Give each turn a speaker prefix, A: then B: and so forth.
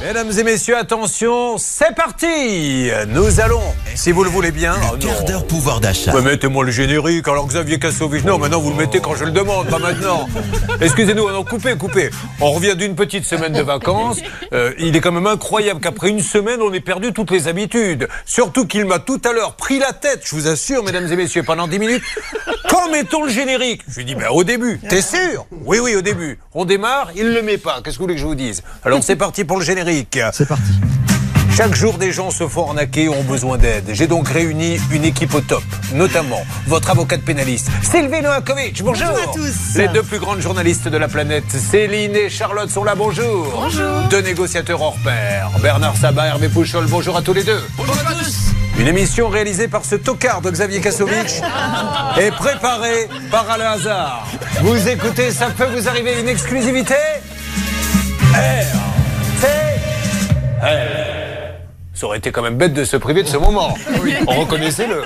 A: Mesdames et messieurs, attention, c'est parti Nous allons, si vous le voulez bien...
B: Le
A: Oh
B: quart
A: non.
B: d'heure pouvoir d'achat.
A: Mais mettez-moi le générique, alors Xavier Kassovitch. Non, maintenant vous le mettez quand je le demande, pas maintenant. Excusez-nous, non, coupez, coupez. On revient d'une petite semaine de vacances. Euh, il est quand même incroyable qu'après une semaine, on ait perdu toutes les habitudes. Surtout qu'il m'a tout à l'heure pris la tête, je vous assure, mesdames et messieurs, pendant 10 minutes. Quand mettons le générique Je lui dis, ben au début. T'es sûr Oui, oui, au début. On démarre, il le met pas. Qu'est-ce que vous voulez que je vous dise Alors c'est parti pour le générique.
C: C'est parti.
A: Chaque jour, des gens se font arnaquer et ont besoin d'aide. J'ai donc réuni une équipe au top, notamment votre avocate pénaliste, Sylvie Noakovic. Bonjour.
D: Bonjour à tous.
A: Les deux plus grandes journalistes de la planète, Céline et Charlotte, sont là. Bonjour.
D: Bonjour.
A: Deux négociateurs hors pair, Bernard Sabat, Hervé Pouchol. Bonjour à tous les deux. Une émission réalisée par ce tocard de Xavier Kassovitch et préparée par Alain Hazard. Vous écoutez, ça peut vous arriver une exclusivité R. T. Ça aurait été quand même bête de se priver de ce moment. On reconnaissait-le.